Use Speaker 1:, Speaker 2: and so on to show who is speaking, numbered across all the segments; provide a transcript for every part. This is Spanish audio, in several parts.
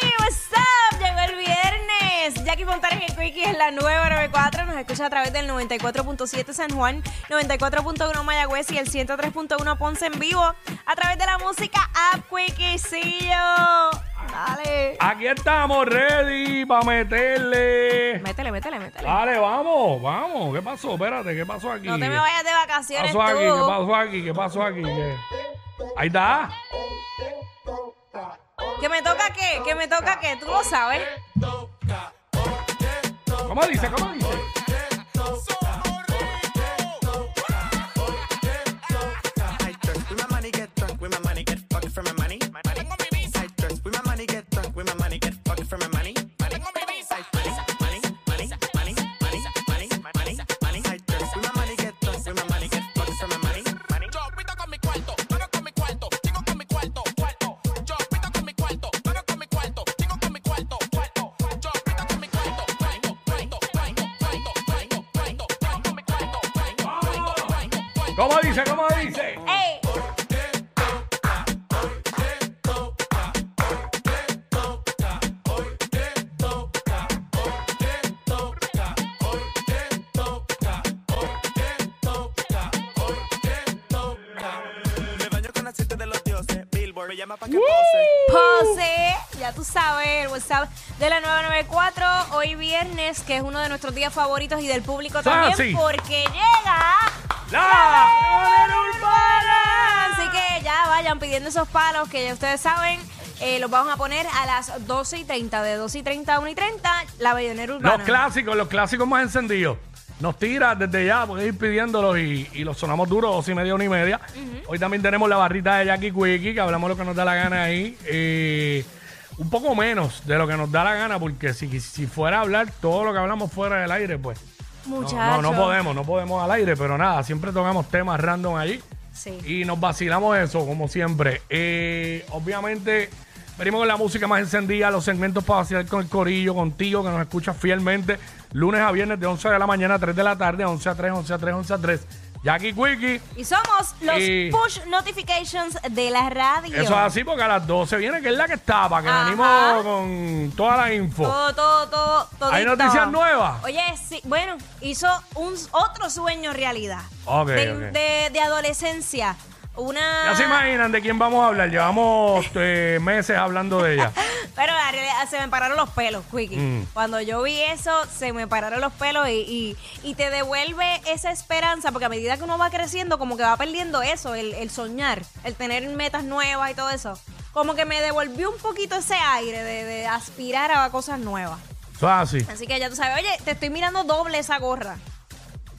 Speaker 1: ¡Hey, what's up! Llegó el viernes. Jackie Fontanes y el Quickie es la nueva 94. Nos escucha a través del 94.7 San Juan, 94.1 Mayagüez y el 103.1 Ponce en vivo. A través de la música App Quickiecillo. Dale.
Speaker 2: Aquí estamos ready para meterle.
Speaker 1: Métele, métele, métele.
Speaker 2: Dale, vamos, vamos. ¿Qué pasó? Espérate, ¿qué pasó aquí?
Speaker 1: No te me vayas de
Speaker 2: ¿Qué
Speaker 1: vacaciones
Speaker 2: pasó aquí? ¿Qué
Speaker 1: tú.
Speaker 2: pasó aquí? ¿Qué pasó aquí? ¿Qué? Ahí está.
Speaker 1: ¿Que me toca qué? ¿Que me toca qué? Tú lo sabes.
Speaker 2: ¿Cómo dice? ¿Cómo dice?
Speaker 3: Side dress, with my money get drunk, with my money get fucked for my money. Side dress, with my money get drunk, with my money get fucked for my money. Side dress, money, money, money, money, money, money, money. Side dress, with my money get drunk, with my money get fucked for my money. Money.
Speaker 4: Yo pito con mi cuarto, no con mi cuarto, chingo con mi cuarto, cuarto. Yo pito con mi cuarto, no con mi cuarto, chingo con mi cuarto, cuarto. Yo pito con mi cuarto, cuarto, cuarto, cuarto, cuarto, cuarto, cuarto, cuarto, con mi cuarto, cuarto, cuarto, cuarto, cuarto.
Speaker 2: ¿Cómo dice? ¿Cómo dice?
Speaker 1: ¡Ey!
Speaker 3: Me baño con aceite de los dioses. Billboard me llama pa' que pose.
Speaker 1: Pose, ya tú sabes, el WhatsApp de la 994, hoy viernes, que es uno de nuestros días favoritos y del público
Speaker 2: Ah,
Speaker 1: también,
Speaker 2: sí.
Speaker 1: porque llega
Speaker 2: ¡La!
Speaker 1: Leonel Urbana. Así que ya vayan pidiendo esos palos que ya ustedes saben, eh, los vamos a poner a las 12 y 30, de 12 y 30 a 1 y 30, la Bellonera
Speaker 2: Los
Speaker 1: Urbana.
Speaker 2: clásicos, los clásicos más encendidos. Nos tira desde ya, puedes ir pidiéndolos y, y los sonamos duros, dos y media, una y media. Hoy también tenemos la barrita de Jackie Quickie, que hablamos lo que nos da la gana ahí. Eh, un poco menos de lo que nos da la gana, porque si, si fuera a hablar todo lo que hablamos fuera del aire, pues. no-
Speaker 1: Muchachos.
Speaker 2: No, no podemos, no podemos al aire, pero nada, siempre tocamos temas random allí.
Speaker 1: Sí.
Speaker 2: Y nos vacilamos eso, como siempre. Eh, obviamente, venimos con la música más encendida, los segmentos para vacilar con el corillo, contigo, que nos escuchas fielmente. Lunes a viernes de 11 de la mañana a 3 de la tarde, 11 a 3, 11 a 3, 11 a 3. Jackie Quickie.
Speaker 1: Y somos los
Speaker 2: Y-
Speaker 1: push notifications de la radio.
Speaker 2: Eso es así porque a las 12 viene, que es la que está, para que
Speaker 1: Ajá.
Speaker 2: venimos con toda la info.
Speaker 1: Todo, todo, todo, todo.
Speaker 2: ¿Hay noticias nuevas?
Speaker 1: Oye, sí, bueno, hizo un otro sueño realidad.
Speaker 2: Ok,
Speaker 1: de,
Speaker 2: ok.
Speaker 1: de- de adolescencia. Una.
Speaker 2: Ya se imaginan de quién vamos a hablar. Llevamos eh, meses hablando de ella.
Speaker 1: Pero la realidad, se me pararon los pelos, Quickie.
Speaker 2: Mm.
Speaker 1: Cuando yo vi eso, se me pararon los pelos y, y- y te devuelve esa esperanza, porque a medida que uno va creciendo, como que va perdiendo eso, el, el soñar, el tener metas nuevas y todo eso. Como que me devolvió un poquito ese aire de- de aspirar a cosas nuevas.
Speaker 2: Eso es así.
Speaker 1: Así que ya tú sabes, oye, te estoy mirando doble esa gorra.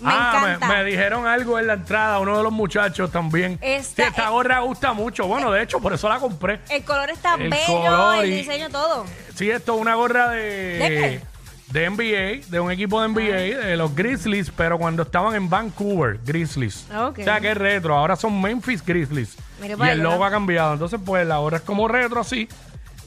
Speaker 1: Me
Speaker 2: ah,
Speaker 1: encanta.
Speaker 2: Me, me dijeron algo en la entrada, uno de los muchachos también.
Speaker 1: Esta-
Speaker 2: Sí, esta
Speaker 1: eh,
Speaker 2: gorra gusta mucho. Bueno, de hecho, por eso la compré.
Speaker 1: El color está
Speaker 2: El
Speaker 1: bello,
Speaker 2: color
Speaker 1: el
Speaker 2: y-
Speaker 1: diseño, todo.
Speaker 2: Sí, esto es una gorra de.
Speaker 1: ¿De
Speaker 2: de NBA, de un equipo de NBA, de los Grizzlies, pero cuando estaban en Vancouver, Grizzlies.
Speaker 1: Ah, Ok.
Speaker 2: O sea, que es retro. Ahora son Memphis Grizzlies.
Speaker 1: Mire
Speaker 2: y
Speaker 1: para
Speaker 2: el
Speaker 1: allá.
Speaker 2: logo ha cambiado. Entonces, pues la gorra es como retro así.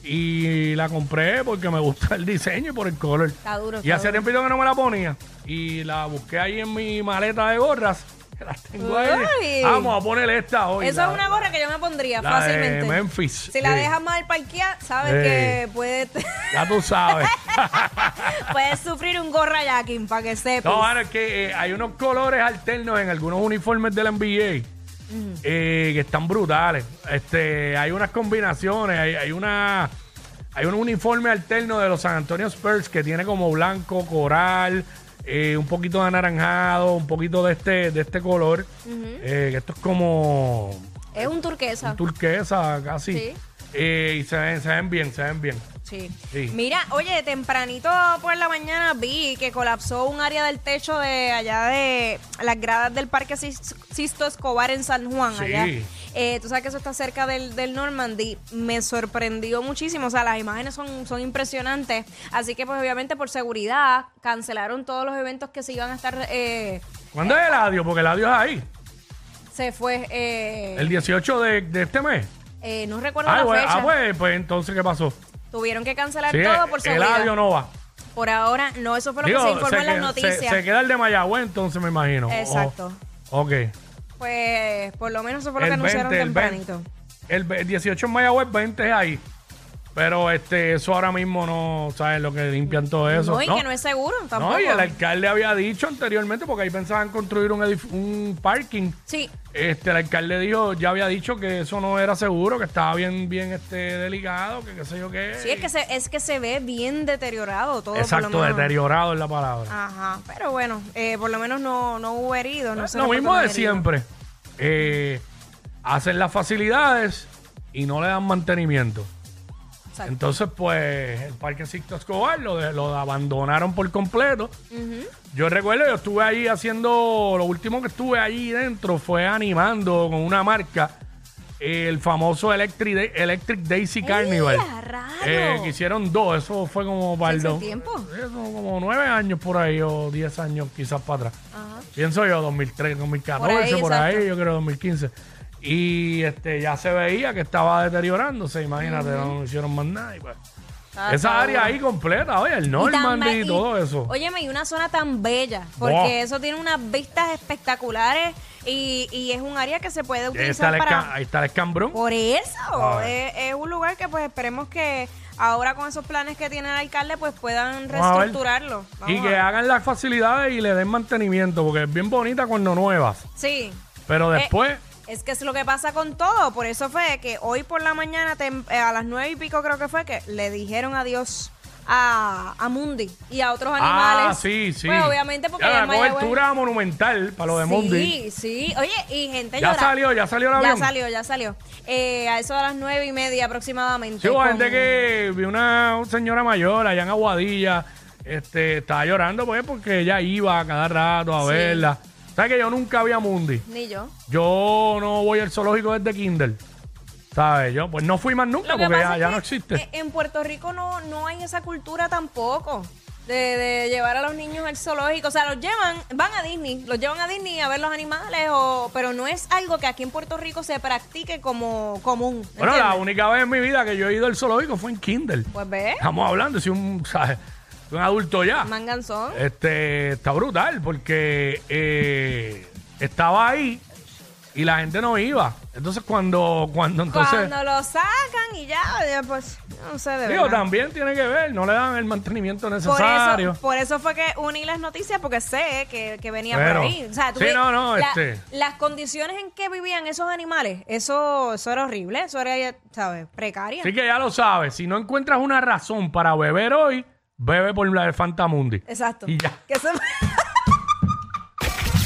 Speaker 2: Y la compré porque me gusta el diseño y por el color.
Speaker 1: Está duro,
Speaker 2: Y
Speaker 1: está
Speaker 2: hace
Speaker 1: duro.
Speaker 2: tiempo que no me la ponía. Y la busqué ahí en mi maleta de gorras. Las tengo ahí.
Speaker 1: Uy.
Speaker 2: Vamos a poner esta hoy.
Speaker 1: Eso
Speaker 2: la-
Speaker 1: es una gorra que yo me pondría
Speaker 2: la de
Speaker 1: fácilmente.
Speaker 2: Memphis,
Speaker 1: Si la
Speaker 2: eh.
Speaker 1: dejas mal parqueada, sabes
Speaker 2: Eh.
Speaker 1: que puedes,
Speaker 2: Ya tú sabes.
Speaker 1: puedes sufrir un gorra jacking para que sepas.
Speaker 2: No, bueno, es que eh, hay unos colores alternos en algunos uniformes de la NBA eh, que están brutales. Este, hay unas combinaciones, hay, hay una hay un uniforme alterno de los San Antonio Spurs que tiene como blanco, coral, eh, un poquito de anaranjado, un poquito de este, de este color. eh, que esto es como
Speaker 1: es un turquesa.
Speaker 2: turquesa casi.
Speaker 1: Ah. Sí.
Speaker 2: Eh, y se ven, se ven bien, se ven bien.
Speaker 1: Sí.
Speaker 2: Sí.
Speaker 1: Mira, oye, tempranito por la mañana vi que colapsó un área del techo de allá de las gradas del Parque Sis- Sisto Escobar en San Juan.
Speaker 2: Sí.
Speaker 1: Allá. Eh, tú sabes que eso está cerca del, del Normandy. Me sorprendió muchísimo. O sea, las imágenes son, son impresionantes. Así que, pues, obviamente, por seguridad, cancelaron todos los eventos que se iban a estar. eh,
Speaker 2: ¿Cuándo es el adiós? Porque el adiós es ahí.
Speaker 1: se fue. eh,
Speaker 2: El 18 de, de este mes.
Speaker 1: eh, no recuerdo
Speaker 2: Ah,
Speaker 1: la
Speaker 2: bueno,
Speaker 1: fecha.
Speaker 2: ah, pues, pues entonces, ¿qué pasó?
Speaker 1: Tuvieron que cancelar
Speaker 2: Sí, eh,
Speaker 1: todo por
Speaker 2: el
Speaker 1: seguridad.
Speaker 2: adiós no va.
Speaker 1: Por ahora, no. Eso fue lo
Speaker 2: Digo,
Speaker 1: que se informó en
Speaker 2: queda-
Speaker 1: las
Speaker 2: se-
Speaker 1: noticias.
Speaker 2: Se, queda el de Mayagüez, entonces me imagino. O-
Speaker 1: Exacto.
Speaker 2: ok.
Speaker 1: Pues por lo menos eso fue lo
Speaker 2: El
Speaker 1: que anunciaron
Speaker 2: 20, el 20.
Speaker 1: tempranito.
Speaker 2: El, ve- el 18 en Mayagüez, 20 es ahí. Pero este, eso ahora mismo no, ¿sabes? Lo que limpian todo eso.
Speaker 1: no, y que no es seguro tampoco.
Speaker 2: No, y el alcalde había dicho anteriormente, porque ahí pensaban construir un, edif- un parking.
Speaker 1: Sí,
Speaker 2: Este, el alcalde dijo, ya había dicho que eso no era seguro, que estaba bien, bien este, delicado, que qué sé yo qué.
Speaker 1: sí es, que se, es que se ve bien deteriorado todo. por lo
Speaker 2: Eh. Exacto,
Speaker 1: menos. Ah,
Speaker 2: deteriorado es la palabra.
Speaker 1: Ajá, pero bueno, eh, por lo menos no, no hubo heridos. No se
Speaker 2: Pues, lo mismo
Speaker 1: reportaron
Speaker 2: de
Speaker 1: heridos.
Speaker 2: siempre. Eh, hacen las facilidades y no le dan mantenimiento.
Speaker 1: Exacto.
Speaker 2: Entonces, pues, el Parque Sixto Escobar lo, de- lo abandonaron por completo. Yo recuerdo, yo estuve ahí haciendo, lo último que estuve ahí dentro fue animando con una marca eh, el famoso Electric, Day- Electric Daisy Carnival.
Speaker 1: ¡Ea, raro!
Speaker 2: Eh, que hicieron dos, eso fue como para el
Speaker 1: ¿Hace
Speaker 2: dos-
Speaker 1: tiempo?
Speaker 2: Eso como nueve años por ahí o diez años quizás para atrás. Pienso yo, 2003, 2014, por
Speaker 1: Por
Speaker 2: ahí,
Speaker 1: ahí, exacto.
Speaker 2: yo creo 2015. Y este ya se veía que estaba deteriorándose, imagínate, no hicieron más nada. y pues, esa
Speaker 1: Ah, Está- está
Speaker 2: área
Speaker 1: bueno.
Speaker 2: ahí completa, oye, el
Speaker 1: Y tan
Speaker 2: Normandy
Speaker 1: be-
Speaker 2: y todo eso.
Speaker 1: Óyeme, y una zona tan bella, porque
Speaker 2: Wow.
Speaker 1: eso tiene unas vistas espectaculares y, y es un área que se puede
Speaker 2: ahí, está
Speaker 1: utilizar
Speaker 2: el esca-
Speaker 1: para... Oh,
Speaker 2: ahí está el escambrón.
Speaker 1: Por eso,
Speaker 2: Ah.
Speaker 1: es, es un lugar que pues esperemos que ahora con esos planes que tiene el alcalde pues puedan
Speaker 2: Vamos a ver.
Speaker 1: reestructurarlo.
Speaker 2: Y
Speaker 1: Vamos a
Speaker 2: que
Speaker 1: ver.
Speaker 2: hagan las facilidades y le den mantenimiento, porque es bien bonita cuando nuevas.
Speaker 1: Sí.
Speaker 2: Pero
Speaker 1: Eh,
Speaker 2: después,
Speaker 1: es que es lo que pasa con todo. Por eso fue que hoy por la mañana, tem- eh, a las nueve y pico creo que fue, que le dijeron adiós a, a Mundi y a otros animales.
Speaker 2: ah, sí, sí.
Speaker 1: Pues obviamente porque
Speaker 2: Ya,
Speaker 1: ya
Speaker 2: la
Speaker 1: en Mayagüez-
Speaker 2: cobertura monumental para lo de Mundi.
Speaker 1: Sí, sí. Oye, y gente
Speaker 2: Ya
Speaker 1: llora-
Speaker 2: salió, ya salió el
Speaker 1: Ya
Speaker 2: avión.
Speaker 1: salió, ya salió. Eh, a eso de las nueve y media aproximadamente.
Speaker 2: Sí, hubo
Speaker 1: con-
Speaker 2: gente que vi una señora mayor allá en Aguadilla, este, estaba llorando pues porque ella iba cada rato a
Speaker 1: Sí.
Speaker 2: verla. ¿Sabes que yo nunca vi a Mundi?
Speaker 1: Ni yo.
Speaker 2: Yo no voy al zoológico desde Kindle. ¿Sabes? Yo pues no fui más nunca
Speaker 1: Lo que
Speaker 2: porque
Speaker 1: pasa
Speaker 2: ya,
Speaker 1: es
Speaker 2: ya
Speaker 1: que
Speaker 2: no existe.
Speaker 1: e- En Puerto Rico no, no hay esa cultura tampoco de, de llevar a los niños al zoológico. O sea, los llevan, van a Disney, los llevan a Disney a ver los animales, o, pero no es algo que aquí en Puerto Rico se practique como común. ¿me
Speaker 2: bueno, la
Speaker 1: entiendes?
Speaker 2: única vez en mi vida que yo he ido al zoológico fue en Kindle.
Speaker 1: Pues ve,
Speaker 2: Estamos hablando, soy un, ¿sabes? un adulto ya.
Speaker 1: manganzón.
Speaker 2: Este, está brutal porque eh, estaba ahí y la gente no iba. Entonces cuando, cuando entonces...
Speaker 1: Cuando lo sacan y ya, ya, pues, no sé de
Speaker 2: Digo,
Speaker 1: verdad.
Speaker 2: también tiene que ver, no le dan el mantenimiento
Speaker 1: Por
Speaker 2: necesario.
Speaker 1: eso, por eso fue que uní las noticias porque sé que, que venía
Speaker 2: Pero,
Speaker 1: por ahí. O sea, tú
Speaker 2: sí,
Speaker 1: ves,
Speaker 2: no, no,
Speaker 1: la-
Speaker 2: este.
Speaker 1: Las condiciones en que vivían esos animales, eso, eso era horrible, eso era, ¿sabes? Precaria.
Speaker 2: Así que ya lo sabes, si no encuentras una razón para beber hoy, bebe por la de Fantamundi.
Speaker 1: Exacto.
Speaker 2: Y ya.
Speaker 1: Que se-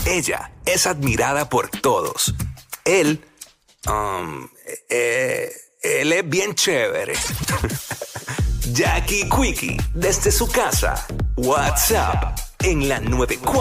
Speaker 5: Ella es admirada por todos. Él, um, eh, él es bien chévere. Jackie Quickie, desde su casa. WhatsApp, en la 94.